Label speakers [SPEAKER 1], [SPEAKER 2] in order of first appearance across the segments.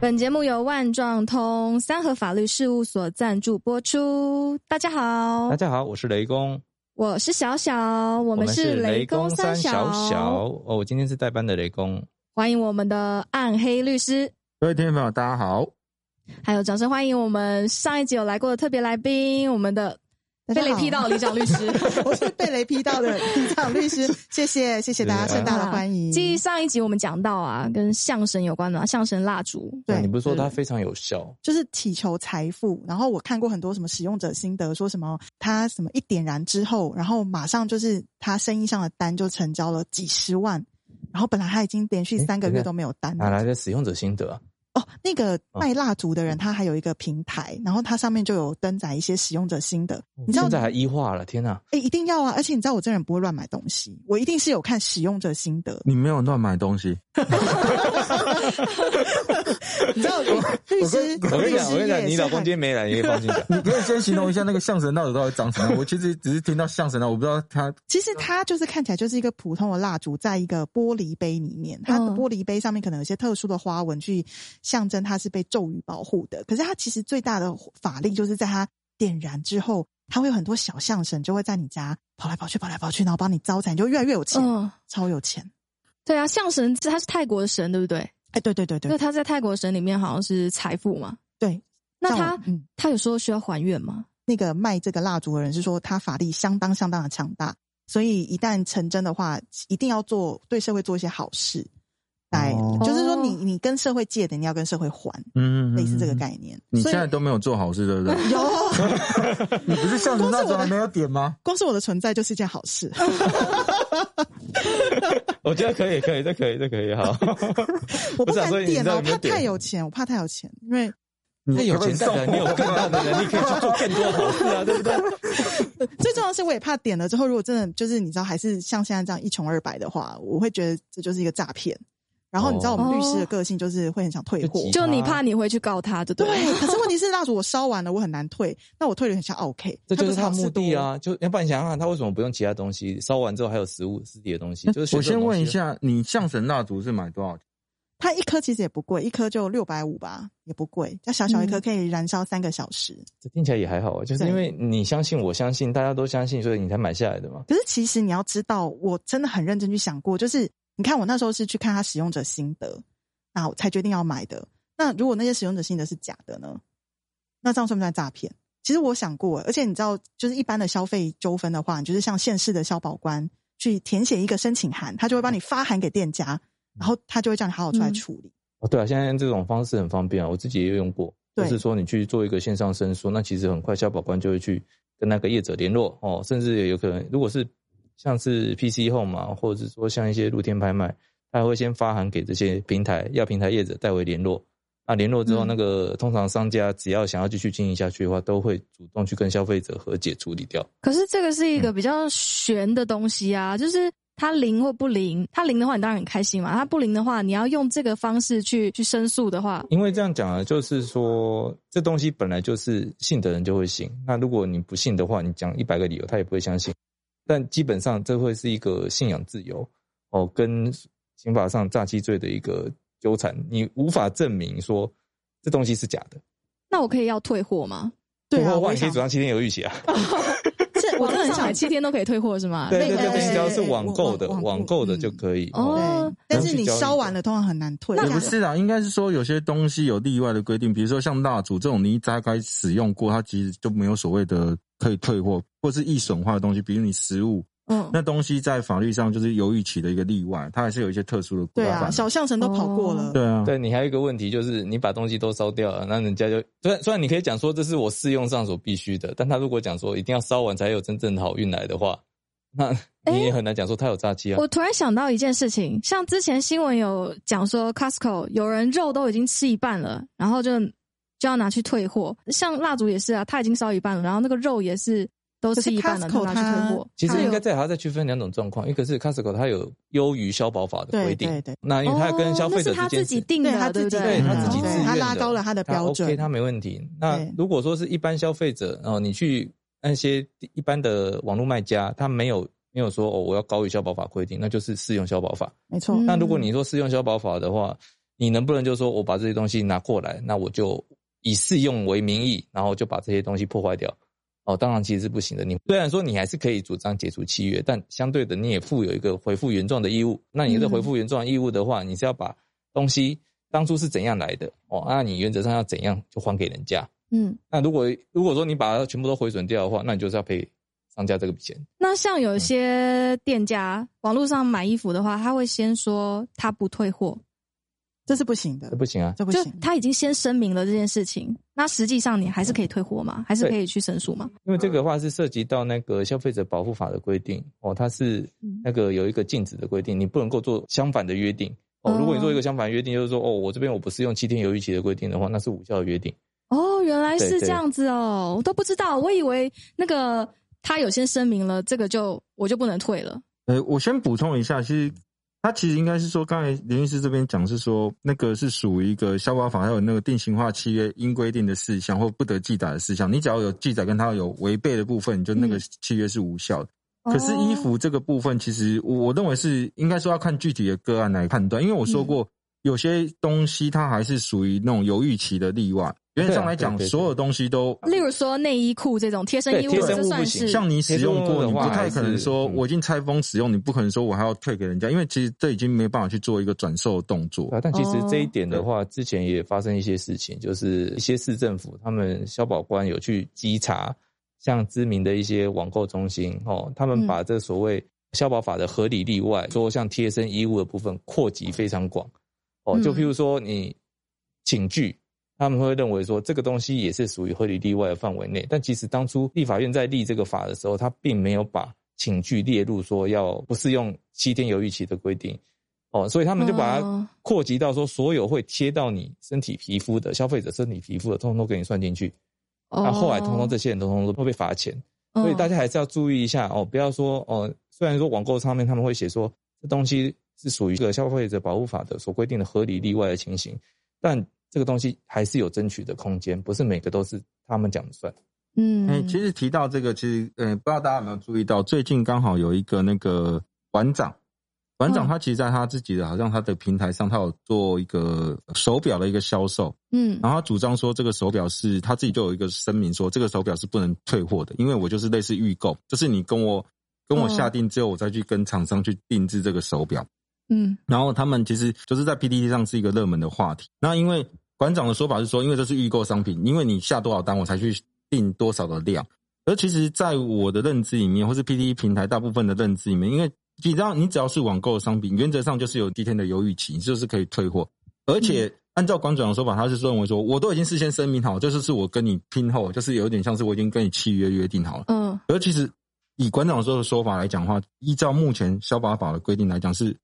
[SPEAKER 1] 本节目由万状通三和法律事务所赞助播出。大家好，
[SPEAKER 2] 大家好，我是雷公，
[SPEAKER 1] 我是小小，哦我们是
[SPEAKER 2] 雷
[SPEAKER 1] 公
[SPEAKER 2] 三
[SPEAKER 1] 小
[SPEAKER 2] 小。哦，我今天是代班的雷公，
[SPEAKER 1] 欢迎我们的暗黑律师，
[SPEAKER 3] 各位听众朋友，大家好。
[SPEAKER 1] 还有掌声欢迎我们上一集有来过的特别来宾，我们的被
[SPEAKER 4] 大家
[SPEAKER 1] 雷
[SPEAKER 4] 好
[SPEAKER 1] 劈到的李长律师。
[SPEAKER 4] 我是被雷劈到的李长律师，谢 谢谢谢大家
[SPEAKER 2] 对
[SPEAKER 4] 盛大的欢迎。
[SPEAKER 1] 继上一集我们讲到啊，跟相声有关的、啊、相声蜡烛，
[SPEAKER 4] 对，
[SPEAKER 2] 你不是说他
[SPEAKER 4] 对
[SPEAKER 2] 非常有效？
[SPEAKER 4] 就是祈求财富，然后我看过很多什么使用者心得，说什么他什么一点燃之后，然后马上就是他生意上的单就成交了几十万，然后本来他已经连续
[SPEAKER 2] 诶
[SPEAKER 4] 三个
[SPEAKER 2] 等一
[SPEAKER 4] 月
[SPEAKER 2] 下
[SPEAKER 4] 都没有单了
[SPEAKER 2] 哪来的使用者心得啊？
[SPEAKER 4] 哦，那个
[SPEAKER 2] 哦
[SPEAKER 4] 卖蜡烛的人他还有一个平台，然后他上面就有登载一些使用者心得，你知道
[SPEAKER 2] 哦现在还医化了，天哪！
[SPEAKER 4] 哎、一定要啊！而且你知道我这人不会乱买东西，我一定是有看使用者心得，
[SPEAKER 3] 你没有乱买东 西，
[SPEAKER 4] 你知道我律师律
[SPEAKER 2] 我跟你讲，我
[SPEAKER 4] 师
[SPEAKER 2] 跟你讲，
[SPEAKER 4] 也
[SPEAKER 2] 你
[SPEAKER 4] 是
[SPEAKER 2] 老公
[SPEAKER 4] 很
[SPEAKER 2] 今天没来，你可以放心讲。
[SPEAKER 3] 你可以先形容一下那个象神蜡烛到底长什么样？我其实只是听到象神蜡，我不知道它
[SPEAKER 4] 其实它就是看起来就是一个普通的蜡烛，在一个玻璃杯里面，它的
[SPEAKER 1] 嗯
[SPEAKER 4] 玻璃杯上面可能有一些特殊的花纹去象征它是被咒语保护的。可是它其实最大的法力就是在它点燃之后，它会有很多小象神就会在你家跑来跑去、跑来跑去，然后帮你招财，你就越来越有钱，
[SPEAKER 2] 哦
[SPEAKER 1] 嗯，
[SPEAKER 4] 超有钱。
[SPEAKER 1] 对啊，相神他是泰国的神，对不对？
[SPEAKER 4] 哎，对对对
[SPEAKER 1] 因为
[SPEAKER 4] 对
[SPEAKER 1] 他在泰国神里面好像是财富嘛。
[SPEAKER 4] 对，
[SPEAKER 1] 那
[SPEAKER 4] 像我
[SPEAKER 1] 他
[SPEAKER 4] 嗯，
[SPEAKER 1] 他有时候需要还愿吗？
[SPEAKER 4] 那个卖这个蜡烛的人是说他法力相当相当的强大，所以一旦成真的话，一定要做对社会做一些好事。来，
[SPEAKER 3] 哦
[SPEAKER 4] 就是说你
[SPEAKER 1] 哦
[SPEAKER 4] 你跟社会借的，你要跟社会还，
[SPEAKER 3] 嗯
[SPEAKER 4] 类似这个。概念。
[SPEAKER 3] 你
[SPEAKER 4] 所
[SPEAKER 3] 现
[SPEAKER 4] 以
[SPEAKER 3] 在都没有做好事，对不 对？
[SPEAKER 4] 有，
[SPEAKER 3] 你不是象神蜡烛还没有点吗？
[SPEAKER 4] 光是我的存在就是一件好事。
[SPEAKER 2] 哦我觉得可以，可以，这可以，这可以，好。
[SPEAKER 4] 我
[SPEAKER 2] 不
[SPEAKER 4] 不
[SPEAKER 2] 是啊
[SPEAKER 4] 敢
[SPEAKER 2] 所以你
[SPEAKER 4] 点
[SPEAKER 2] 知道有
[SPEAKER 4] 啊，我
[SPEAKER 2] 没有
[SPEAKER 4] 怕太
[SPEAKER 2] 点
[SPEAKER 4] 有钱，我怕太有钱，因为
[SPEAKER 3] 你
[SPEAKER 2] 那有钱代
[SPEAKER 3] 送
[SPEAKER 2] 表你有更大的 能力，可以去做更多好事啊，对 不对？
[SPEAKER 4] 最重要的是我也怕点了之后，如果真的就是你知道还是像现在这样一穷二白的话，我会觉得这就是一个诈骗。然后你知道我们律师的个性就是会很想退货，
[SPEAKER 2] 哦
[SPEAKER 1] 就你怕你回去告他，对不对？
[SPEAKER 4] 对，可是问题是蜡烛我烧完了，我很难退，那我退了很像 OK，
[SPEAKER 2] 这就是他
[SPEAKER 4] 它不是好
[SPEAKER 2] 目
[SPEAKER 4] 事多
[SPEAKER 2] 的。啊！就要不然你想想看，他为什么不用其他东西？烧完之后还有食物、尸体的东西，就是选
[SPEAKER 3] 我
[SPEAKER 2] 这种
[SPEAKER 3] 先问一
[SPEAKER 2] 东西啊，
[SPEAKER 3] 下，你象神蜡烛是买多少钱？
[SPEAKER 4] 它一颗其实也不贵，一颗就六百五吧，也不贵，它小小一颗
[SPEAKER 1] 嗯
[SPEAKER 4] 可以燃烧三个小时。
[SPEAKER 2] 这听起来也还好啊，就是
[SPEAKER 4] 对
[SPEAKER 2] 因为你相信，我相信，大家都相信，所以你才买下来的嘛。
[SPEAKER 4] 可是其实你要知道，我真的很认真去想过，就是你看我那时候是去看它使用者心得，那我才决定要买的。那如果那些使用者心得是假的呢？那这样算不算诈骗？其实我想过，而且你知道，就是一般的消费纠纷的话，你就是像县市的消保官去填写一个申请函，他就会帮你发函给店家，然后他就会叫你好好出来
[SPEAKER 1] 嗯
[SPEAKER 4] 处理。
[SPEAKER 2] 哦，对啊，现在这种方式很方便啊，我自己也用过。就
[SPEAKER 4] 对
[SPEAKER 2] 是说你去做一个线上申诉，那其实很快消保官就会去跟那个业者联络哦，甚至有可能如果是像是 PC Home 嘛，或者是说像一些露天拍卖，他还会先发函给这些平台，要平台业者代为联络。那联络之后，
[SPEAKER 1] 嗯
[SPEAKER 2] 那个通常商家只要想要继续经营下去的话，都会主动去跟消费者和解处理掉。
[SPEAKER 1] 可是这个是一
[SPEAKER 2] 嗯
[SPEAKER 1] 个比较悬的东西啊，就是它灵或不灵，它灵的话你当然很开心嘛，它不灵的话，你要用这个方式去去申诉的话，
[SPEAKER 2] 因为这样讲啊，就是说这东西本来就是信的人就会信，那如果你不信的话，你讲一百个理由他也不会相信。但基本上这会是一个信仰自由哦，跟刑法上诈欺罪的一个纠缠，你无法证明说这东西是假的。
[SPEAKER 1] 那我可以要退货吗？
[SPEAKER 4] 对
[SPEAKER 2] 不
[SPEAKER 4] 啊，
[SPEAKER 2] 过
[SPEAKER 4] 我
[SPEAKER 2] 万
[SPEAKER 4] 也
[SPEAKER 2] 一可以
[SPEAKER 4] 想，
[SPEAKER 2] 主张七天有逾期啊。
[SPEAKER 4] 这我
[SPEAKER 1] 网
[SPEAKER 4] 真的
[SPEAKER 1] 络
[SPEAKER 4] 很
[SPEAKER 1] 上
[SPEAKER 4] 想
[SPEAKER 1] 买七天都可以退货是
[SPEAKER 4] 啊
[SPEAKER 1] 吗？
[SPEAKER 2] 对
[SPEAKER 1] 那
[SPEAKER 2] 对对
[SPEAKER 1] 个
[SPEAKER 2] 对，只要是网购的，
[SPEAKER 4] 网网
[SPEAKER 2] 网购的就可以。
[SPEAKER 1] 嗯哦
[SPEAKER 4] 对，但是你烧完了，通常很难退。
[SPEAKER 3] 也不是啦，应该是说有些东西有例外的规定，比如说像蜡烛这种，你一大概使用过，它其实就没有所谓的可以退货或是易损坏的东西，比如你食物，
[SPEAKER 1] 嗯，
[SPEAKER 3] 那东西在法律上就是犹豫期的一个例外，它还是有一些特殊的规
[SPEAKER 4] 对
[SPEAKER 3] 范
[SPEAKER 4] 啊，
[SPEAKER 3] 的。
[SPEAKER 4] 小象神都跑过了，
[SPEAKER 3] 对啊，
[SPEAKER 2] 对你还有一个问题就是，你把东西都烧掉了，那人家就虽然虽然你可以讲说这是我试用上所必须的，但他如果讲说一定要烧完才有真正的好运来的话，那你也很难讲说他有诈欺啊。
[SPEAKER 1] 我突然想到一件事情，像之前新闻有讲说 Costco 有人肉都已经吃一半了，然后就就要拿去退货，像蜡烛也是啊，它已经烧一半了，然后那个肉也是都吃一半了，
[SPEAKER 4] 可是
[SPEAKER 1] 拿去退货
[SPEAKER 4] Costco 它。
[SPEAKER 2] 其实应
[SPEAKER 4] 还
[SPEAKER 2] 该
[SPEAKER 4] 有
[SPEAKER 2] 再还要再区分两种状况，一个是 Costco 它有优于消保法的规
[SPEAKER 4] 对
[SPEAKER 2] 定，
[SPEAKER 4] 对对，
[SPEAKER 2] 那因为它跟消费者
[SPEAKER 1] 哦那是他
[SPEAKER 2] 之
[SPEAKER 1] 自
[SPEAKER 2] 间
[SPEAKER 1] 己
[SPEAKER 2] 是。嗯
[SPEAKER 1] 定的，
[SPEAKER 4] 他自己
[SPEAKER 1] 对不
[SPEAKER 2] 对
[SPEAKER 3] 定的
[SPEAKER 2] 他自己
[SPEAKER 4] 哦
[SPEAKER 2] 自
[SPEAKER 4] 他
[SPEAKER 2] 愿
[SPEAKER 4] 拉
[SPEAKER 2] 的
[SPEAKER 4] 高了他的标准
[SPEAKER 2] OK，他没问题。那
[SPEAKER 4] 对
[SPEAKER 2] 如果说是一般消费者，哦，你去那些一般的网络卖家，他没有没有说哦，我要高于消保法规定，那就是适用消保法。
[SPEAKER 4] 没错。
[SPEAKER 1] 嗯
[SPEAKER 2] 那如果你说适用消保法的话，你能不能就说我把这些东西拿过来，那我就以试用为名义，然后就把这些东西破坏掉？哦，当然其实是不行的。你虽然说你还是可以主张解除契约，但相对的你也负有一个回复原状的义务。那你的回复原状义务的话，你是要把东西当初是怎样来的哦，那你原则上要怎样就还给人家。
[SPEAKER 1] 嗯，
[SPEAKER 2] 那如果如果说你把它全部都毁损掉的话，那你就是要赔商家这个笔钱。
[SPEAKER 1] 那像有些店家网络上买衣服的话，他会先说他不退货，
[SPEAKER 4] 这是不行的
[SPEAKER 2] 这，不行啊，
[SPEAKER 4] 这不
[SPEAKER 1] 就
[SPEAKER 4] 行。
[SPEAKER 1] 他已经先声明了这件事情。那实际上你还是可以退货吗？还是可以去申诉吗？
[SPEAKER 2] 因为这个
[SPEAKER 1] 嗯
[SPEAKER 2] 的话是涉及到那个消费者保护法的规定哦，它是
[SPEAKER 1] 嗯
[SPEAKER 2] 那个有一个禁止的规定，你不能够做相反的约定哦
[SPEAKER 1] 哦。
[SPEAKER 2] 如果你做一个相反的约定，就是说哦，我这边我不适用七天犹豫期的规定的话，那是无效的约定。
[SPEAKER 1] 哦，原来是
[SPEAKER 2] 对对
[SPEAKER 1] 这样子哦，我都不知道，我以为那个他有先声明了，这个就我就不能退了。
[SPEAKER 3] 呃，我先补充一下，其实它其实应该是说，刚才林律师这边讲是说，那个是属于一个消保法还有那个定型化契约应规定的事项或不得记载的事项，你只要有记载跟它有违背的部分，你就那个
[SPEAKER 2] 嗯
[SPEAKER 3] 契约是无效的。
[SPEAKER 2] 哦
[SPEAKER 3] 可是衣服这个部分，其实我我认为是应该说要看具体的个案来判断，因为我
[SPEAKER 2] 嗯
[SPEAKER 3] 说过，有些东西它还是属于那种犹豫期的例外。原则上来讲，
[SPEAKER 2] 对啊对对对
[SPEAKER 3] 所有东西都
[SPEAKER 1] 哦，例如说内衣裤这种贴身
[SPEAKER 2] 对
[SPEAKER 1] 衣物，
[SPEAKER 2] 贴
[SPEAKER 3] 身
[SPEAKER 1] 这
[SPEAKER 2] 物
[SPEAKER 1] 算
[SPEAKER 2] 不
[SPEAKER 1] 是
[SPEAKER 2] 行
[SPEAKER 3] 像你使用过，你不太可
[SPEAKER 2] 贴身的话
[SPEAKER 3] 能说
[SPEAKER 2] 还是嗯
[SPEAKER 3] 我已经拆封使用，你不可能说我还要退给人家，因为其实这已经没办法去做一个转售的动作
[SPEAKER 2] 啊，。但其实
[SPEAKER 1] 哦
[SPEAKER 2] 这一点的话，之前也发生一些事情，就是一些市政府他们消保官有去稽查，像知名的一些网购中心哦，他
[SPEAKER 1] 嗯
[SPEAKER 2] 们把这所谓消保法的合理例外，说像贴身衣物的部分扩及非常广哦，就
[SPEAKER 1] 嗯
[SPEAKER 2] 譬如说你寝具。他们会认为说这个东西也是属于合理例外的范围内，但其实当初立法院在立这个法的时候，他并没有把寝具列入说要不适用七天犹豫期的规定，哦，所以他们就把
[SPEAKER 1] 哦
[SPEAKER 2] 它扩及到说，所有会贴到你身体皮肤的消费者身体皮肤的，通通都给你算进去。那、啊后来通通这些人通通都会被罚钱，
[SPEAKER 1] 哦，
[SPEAKER 2] 所以大家还是要注意一下哦，不要说哦，虽然说网购上面他们会写说这东西是属于这个消费者保护法的所规定的合理例外的情形，但这个东西还是有争取的空间，不是每个都是他们讲的算。
[SPEAKER 1] 嗯，
[SPEAKER 3] 嗯，其实提到这个，其实嗯，不知道大家有没有注意到，最近刚好有一个那个馆长，馆长
[SPEAKER 1] 嗯
[SPEAKER 3] 他其实在他自己的好像他的平台上，他有做一个呃手表的一个销售，
[SPEAKER 1] 嗯
[SPEAKER 3] 然后他主张说这个手表是他自己就有一个声明说这个手表是不能退货的，因为我就是类似预购，就是你跟我跟我
[SPEAKER 1] 嗯
[SPEAKER 3] 下定之后，我再去跟厂商去定制这个手表。
[SPEAKER 1] 嗯
[SPEAKER 3] 然后他们其实就是在 PTT 上是一个热门的话题。那因为馆长的说法是说，因为这是预购商品，因为你下多少单，我才去定多少的量。而其实，在我的认知里面，或是 PTT 平台大部分的认知里面，因为你知道，你只要是网购的商品，原则上就是有几天的犹豫期，你就是可以退货。而且按照馆长的说法，他是认为说，我都已经事先声明好，这就是我跟你拼后，就是有点像是我已经跟你契约约定好了。
[SPEAKER 1] 嗯
[SPEAKER 3] 而其实以馆长说的说法来讲的话，依照目前消保法的规定来讲是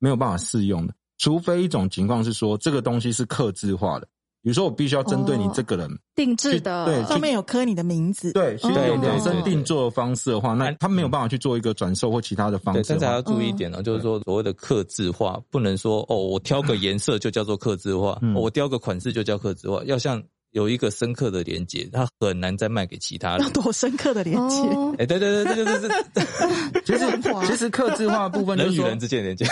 [SPEAKER 3] 没有办法适用的，除非一种情况是说这个东西是克制化的，比如说我必须要针对你这个人，
[SPEAKER 1] 定制的，
[SPEAKER 3] 对
[SPEAKER 4] 上面有刻你的名字，
[SPEAKER 3] 对，去
[SPEAKER 1] 对
[SPEAKER 3] 有
[SPEAKER 1] 对
[SPEAKER 3] 量身
[SPEAKER 1] 对
[SPEAKER 3] 定做的方式的话，那他没有办法去做一个转售或其他的方
[SPEAKER 2] 对，
[SPEAKER 3] 式
[SPEAKER 2] 但
[SPEAKER 3] 的
[SPEAKER 2] 是还要
[SPEAKER 3] 话。
[SPEAKER 2] 注意一
[SPEAKER 4] 嗯
[SPEAKER 2] 点呢、哦就是说所谓的克制化，不能说哦，我挑 个颜色就叫做克制化，
[SPEAKER 3] 嗯
[SPEAKER 2] 哦我挑个款式就叫克制化，要像有一个深刻的连接，它很难再卖给其他人
[SPEAKER 4] 要。多深刻的连接。
[SPEAKER 1] 哦
[SPEAKER 2] 哎、对对对对对对 对，
[SPEAKER 3] 其实其实克制化的部分就
[SPEAKER 2] 人
[SPEAKER 3] 是
[SPEAKER 2] 与
[SPEAKER 3] 说
[SPEAKER 2] 人之间的连接。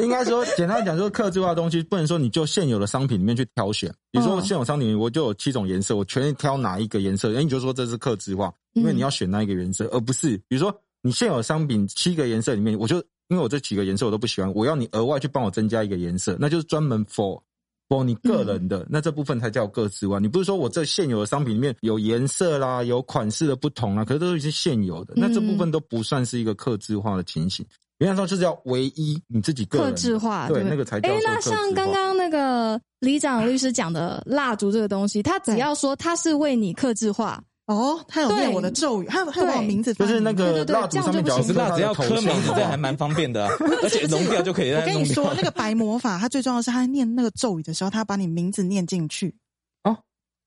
[SPEAKER 3] 应该说，简单讲，说克制化的东西，不能说你就现有的商品里面去挑选。比如说
[SPEAKER 1] 嗯
[SPEAKER 3] 现有商品，我就有七种颜色，我全挑哪一个颜色，哎、你就说这是克制化，因为
[SPEAKER 1] 嗯
[SPEAKER 3] 你要选那一个颜色，而不是比如说你现有商品七个颜色里面，我就因为我这几个颜色我都不喜欢，我要你额外去帮我增加一个颜色，那就是专门 for。for 你个人
[SPEAKER 1] 嗯
[SPEAKER 3] 的、那这部分才叫个制化。你不是说我这现有的商品里面有颜色啦、有款式的不同啦，可是都是现有的，那这
[SPEAKER 1] 嗯
[SPEAKER 3] 部分都不算是一个克制化的情形。原则上就是要唯一你自己个人
[SPEAKER 1] 克
[SPEAKER 3] 的
[SPEAKER 1] 制化，
[SPEAKER 3] 对
[SPEAKER 1] 不
[SPEAKER 3] 那个才叫
[SPEAKER 1] 哎
[SPEAKER 3] 做，
[SPEAKER 1] 那
[SPEAKER 3] 克制
[SPEAKER 1] 像
[SPEAKER 3] 化
[SPEAKER 1] 刚刚那个李长律师讲的蜡烛这个东西，他只
[SPEAKER 4] 对
[SPEAKER 1] 要说他是为你克制化，
[SPEAKER 4] 哦，他有念
[SPEAKER 1] 对
[SPEAKER 4] 我的咒语，他有他有
[SPEAKER 1] 对
[SPEAKER 4] 把我名字
[SPEAKER 3] 就
[SPEAKER 4] 翻译，
[SPEAKER 3] 是那
[SPEAKER 1] 嗯对对
[SPEAKER 3] 个
[SPEAKER 1] 对
[SPEAKER 3] 蜡烛上面
[SPEAKER 1] 这样就不
[SPEAKER 3] 假如
[SPEAKER 2] 是
[SPEAKER 1] 行
[SPEAKER 3] 说
[SPEAKER 2] 那
[SPEAKER 3] 它
[SPEAKER 2] 只要
[SPEAKER 3] 的头
[SPEAKER 2] 刻名
[SPEAKER 3] 像
[SPEAKER 2] 字，
[SPEAKER 3] 的
[SPEAKER 2] 这
[SPEAKER 3] 话
[SPEAKER 2] 还蛮方便的、啊，而且融掉就可以
[SPEAKER 4] 我
[SPEAKER 2] 再
[SPEAKER 4] 跟
[SPEAKER 2] 弄
[SPEAKER 4] 你
[SPEAKER 2] 掉。
[SPEAKER 4] 说，那个白魔法，他最重要的是他念那个咒语的时候，他把你名字念进去。
[SPEAKER 3] 哦，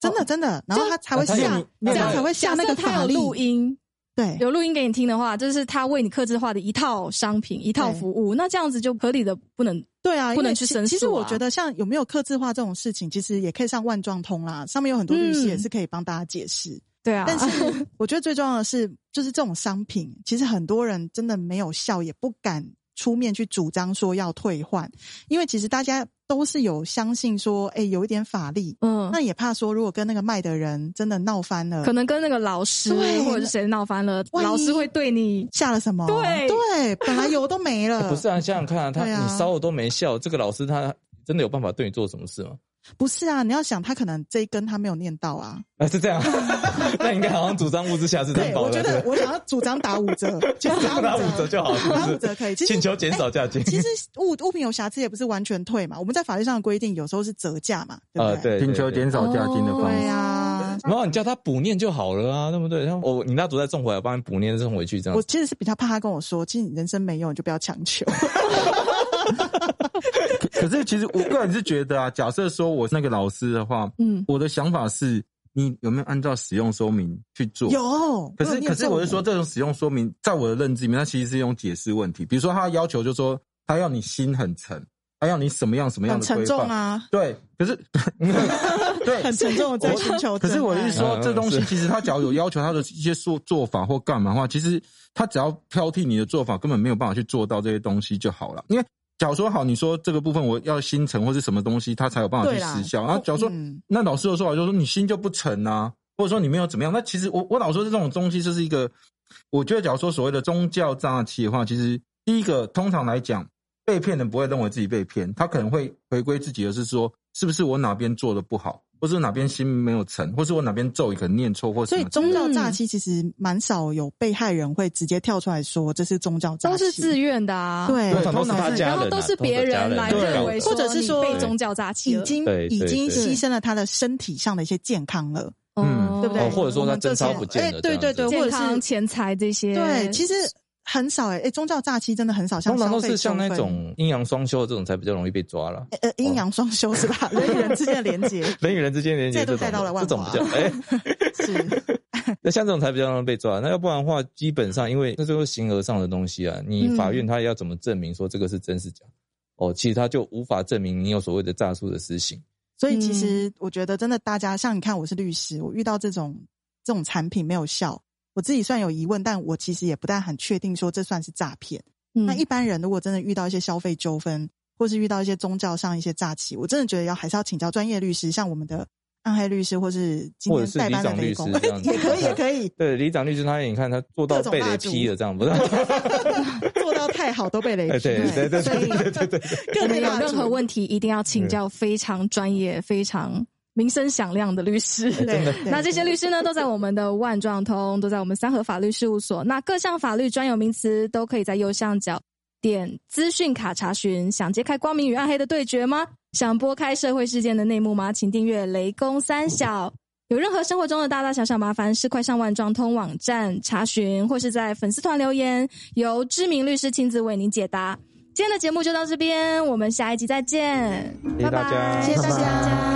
[SPEAKER 4] 真的真的，然后他才会
[SPEAKER 2] 他
[SPEAKER 4] 下
[SPEAKER 2] 念，
[SPEAKER 4] 这
[SPEAKER 2] 念
[SPEAKER 4] 样
[SPEAKER 2] 那
[SPEAKER 4] 才
[SPEAKER 2] 个
[SPEAKER 4] 会下那个
[SPEAKER 1] 假设他
[SPEAKER 4] 法
[SPEAKER 1] 有
[SPEAKER 4] 力。
[SPEAKER 1] 录音，
[SPEAKER 4] 对，
[SPEAKER 1] 有录音给你听的话，这是他为你克制化的一套商品、一套
[SPEAKER 4] 对
[SPEAKER 1] 服务。那这样子就合理的不能
[SPEAKER 4] 对啊，
[SPEAKER 1] 不能
[SPEAKER 4] 因为
[SPEAKER 1] 去
[SPEAKER 4] 其
[SPEAKER 1] 申诉啊
[SPEAKER 4] 其实我觉得像有没有刻字化这种事情，其实也可以上万状通啦，上面有很多律师
[SPEAKER 1] 嗯
[SPEAKER 4] 也是可以帮大家解释。
[SPEAKER 1] 对 啊，
[SPEAKER 4] 但是我觉得最重要的是，就是这种商品，其实很多人真的没有效，也不敢出面去主张说要退换，因为其实大家都是有相信说，哎、有一点法力，
[SPEAKER 1] 嗯
[SPEAKER 4] 那，也怕说如果跟那个卖的人真的闹翻了，
[SPEAKER 1] 可能跟那个老师
[SPEAKER 4] 对
[SPEAKER 1] 或者是谁闹翻了，
[SPEAKER 4] 万一
[SPEAKER 1] 老师会对你
[SPEAKER 4] 下了什么？
[SPEAKER 1] 对
[SPEAKER 4] 对，本来有都没 了，
[SPEAKER 2] 不是啊，想想看啊，他
[SPEAKER 4] 对啊
[SPEAKER 2] 你稍后都没笑，这个老师他真的有办法对你做什么事吗？
[SPEAKER 4] 不是啊，你要想他可能这一根他没有念到啊。
[SPEAKER 2] 啊，是这样，那应该好像主张物质瑕疵担
[SPEAKER 4] 对，
[SPEAKER 2] 保
[SPEAKER 4] 我
[SPEAKER 2] 的，
[SPEAKER 4] 觉
[SPEAKER 2] 对
[SPEAKER 4] 得
[SPEAKER 2] 不对
[SPEAKER 4] 我想要主张打五折，
[SPEAKER 2] 就打五折就好，是不
[SPEAKER 4] 打
[SPEAKER 2] 是
[SPEAKER 4] 五折可以。其
[SPEAKER 2] 请
[SPEAKER 4] 实
[SPEAKER 2] 求减少价金。
[SPEAKER 4] 哎其实物 物品有瑕疵也不是完全退嘛，我们在法律上的规定有时候是折价嘛，对不
[SPEAKER 2] 啊，
[SPEAKER 4] 对？
[SPEAKER 2] 对，
[SPEAKER 3] 请求
[SPEAKER 2] 点。
[SPEAKER 3] 减少价金的
[SPEAKER 4] 对
[SPEAKER 3] 方
[SPEAKER 1] 哦
[SPEAKER 4] 啊
[SPEAKER 3] 式。
[SPEAKER 4] 呀
[SPEAKER 2] 然后你叫他补念就好了啊，对不对？然后我你蜡烛再送回来，我帮你补念送回去，
[SPEAKER 3] 嗯
[SPEAKER 2] 这样
[SPEAKER 4] 我
[SPEAKER 2] 子。
[SPEAKER 4] 其实是比较怕他跟我说，其实你人生没有，你就不要强求。
[SPEAKER 3] 可 可是其实我个人是觉得啊，假设说我是那个老师的话，
[SPEAKER 1] 嗯
[SPEAKER 3] 我的想法是，你有没有按照使用说明去做？
[SPEAKER 4] 有，
[SPEAKER 3] 可
[SPEAKER 4] 我
[SPEAKER 3] 是
[SPEAKER 4] 有念
[SPEAKER 3] 可是
[SPEAKER 4] 中
[SPEAKER 3] 我是说，，这种使用说明，在我的认知里面，它其实是一种解释问题。比如说，他要求就说，他要你心很沉，他要你什么样什么样
[SPEAKER 4] 很
[SPEAKER 3] 的
[SPEAKER 4] 沉
[SPEAKER 3] 规
[SPEAKER 4] 重
[SPEAKER 3] 范。
[SPEAKER 4] 啊，
[SPEAKER 3] 对，可是
[SPEAKER 1] 啊
[SPEAKER 3] 对，
[SPEAKER 4] 很沉重的在寻求
[SPEAKER 3] 可
[SPEAKER 4] 真爱。
[SPEAKER 3] 是我的意思
[SPEAKER 2] 嗯
[SPEAKER 3] 说
[SPEAKER 2] 嗯，
[SPEAKER 3] 这东西
[SPEAKER 2] 是
[SPEAKER 3] 其实他只要有要求他的一些做做法或干嘛的话，其实他只要挑剔你的做法，根本没有办法去做到这些东西就好了。因为假如说好，你说这个部分我要心诚或是什么东西，他才有办法去
[SPEAKER 4] 对啦
[SPEAKER 3] 实效。啊然后假如说、
[SPEAKER 4] 嗯
[SPEAKER 3] 那老师的说法就是说你心就不诚啊，或者说你没有怎么样，那其实我我老说这种东西就是一个，我觉得假如说所谓的宗教诈欺的话，其实第一个通常来讲，被骗人不会认为自己被骗，他可能会回归自己的是说，是不是我哪边做的不好，或是哪边心没有诚，或是我哪边咒语可能念错，或什
[SPEAKER 4] 所以
[SPEAKER 3] 么。
[SPEAKER 4] 宗教诈欺其实蛮少有被害人会直接跳出来说这是宗教诈欺，
[SPEAKER 1] 都是自愿的啊，，
[SPEAKER 4] 对，
[SPEAKER 2] 通常都是他
[SPEAKER 4] 是
[SPEAKER 2] 家
[SPEAKER 1] 然后
[SPEAKER 2] 人啊
[SPEAKER 1] 都是别人来
[SPEAKER 2] 都是家人
[SPEAKER 1] 认为，
[SPEAKER 4] 或者是
[SPEAKER 1] 你
[SPEAKER 4] 说
[SPEAKER 1] 被宗教诈欺
[SPEAKER 4] 已
[SPEAKER 1] 了，
[SPEAKER 4] 经
[SPEAKER 2] 对
[SPEAKER 4] 已
[SPEAKER 2] 对
[SPEAKER 4] 经
[SPEAKER 2] 对
[SPEAKER 4] 牺牲了他的身体上的一些健康了，
[SPEAKER 1] 哦
[SPEAKER 4] 对不对？
[SPEAKER 2] 哦或者说他
[SPEAKER 4] 我们这
[SPEAKER 2] 贞操
[SPEAKER 4] 种
[SPEAKER 2] 不见了
[SPEAKER 4] 哎对对
[SPEAKER 2] 这
[SPEAKER 4] 对，
[SPEAKER 1] 健
[SPEAKER 2] 样子
[SPEAKER 4] 或者是
[SPEAKER 1] 康、钱财这些，
[SPEAKER 4] 对，其实很少哎、欸，宗教诈欺真的很少，像
[SPEAKER 2] 嗯通常
[SPEAKER 4] 消
[SPEAKER 2] 都
[SPEAKER 4] 费
[SPEAKER 2] 是像
[SPEAKER 4] 纠
[SPEAKER 2] 那
[SPEAKER 4] 纷
[SPEAKER 2] 种阴阳双修的这种才比较容易被抓了。
[SPEAKER 4] 呃呃阴阳双修是吧？
[SPEAKER 2] 哦
[SPEAKER 4] 人与人之间的 连接
[SPEAKER 2] 人与人之间连接
[SPEAKER 4] 这
[SPEAKER 2] 这
[SPEAKER 4] 都
[SPEAKER 2] 种
[SPEAKER 4] 带到了
[SPEAKER 2] 的，
[SPEAKER 4] 万
[SPEAKER 2] 这种
[SPEAKER 4] 华
[SPEAKER 2] 比较哎，
[SPEAKER 4] 是，
[SPEAKER 2] 那像这种才比较容易被抓。那要不然的话，基本上因为那都是形而上的东西啊，你
[SPEAKER 1] 嗯
[SPEAKER 2] 法院他要怎么证明说这个是真是假？哦，其实他就无法证明你有所谓的诈术的私刑。
[SPEAKER 4] 所以其实
[SPEAKER 2] 嗯
[SPEAKER 4] 我觉得真的大家像你看，我是律师，我遇到这种这种产品没有效，我自己算有疑问，但我其实也不但很确定说这算是诈骗。
[SPEAKER 1] 嗯
[SPEAKER 4] 那一般人如果真的遇到一些消费纠纷，或是遇到一些宗教上一些诈欺，我真的觉得要还是要请教专业律师，像我们的暗黑律师，或是今
[SPEAKER 2] 或者
[SPEAKER 4] 天
[SPEAKER 2] 是
[SPEAKER 4] 代班的
[SPEAKER 2] 李长律
[SPEAKER 4] 雷公，
[SPEAKER 2] 师这样子
[SPEAKER 4] 也可以，也可以
[SPEAKER 2] 对，里长律师他也你看他做到
[SPEAKER 4] 各种
[SPEAKER 2] 被
[SPEAKER 4] 蜡
[SPEAKER 2] 雷
[SPEAKER 4] 烛
[SPEAKER 2] 劈了这 样，不是？
[SPEAKER 4] 做到太好都被雷
[SPEAKER 2] 哎，
[SPEAKER 4] 劈。
[SPEAKER 2] 对对对对对对对。
[SPEAKER 1] 我
[SPEAKER 4] 各
[SPEAKER 1] 们
[SPEAKER 4] 类
[SPEAKER 1] 有
[SPEAKER 4] 蜡
[SPEAKER 1] 任
[SPEAKER 4] 烛
[SPEAKER 1] 何问题一定要请教非常专业、非常名声响亮的律师。
[SPEAKER 4] 对
[SPEAKER 2] 真的
[SPEAKER 4] 对
[SPEAKER 1] 那这些律师呢，都在我们的万状通，都在我们三和法律事务所。那各项法律专有名词都可以在右上角点资讯卡查询。想揭开光明与暗黑的对决吗？想拨开社会事件的内幕吗？请订阅雷公三小。有任何生活中的大大小小麻烦事，快上万状通网站查询，或是在粉丝团留言，由知名律师亲自为您解答。今天的节目就到这边，我们下一集再见，
[SPEAKER 2] 谢谢大家
[SPEAKER 1] 拜拜
[SPEAKER 4] 谢谢大家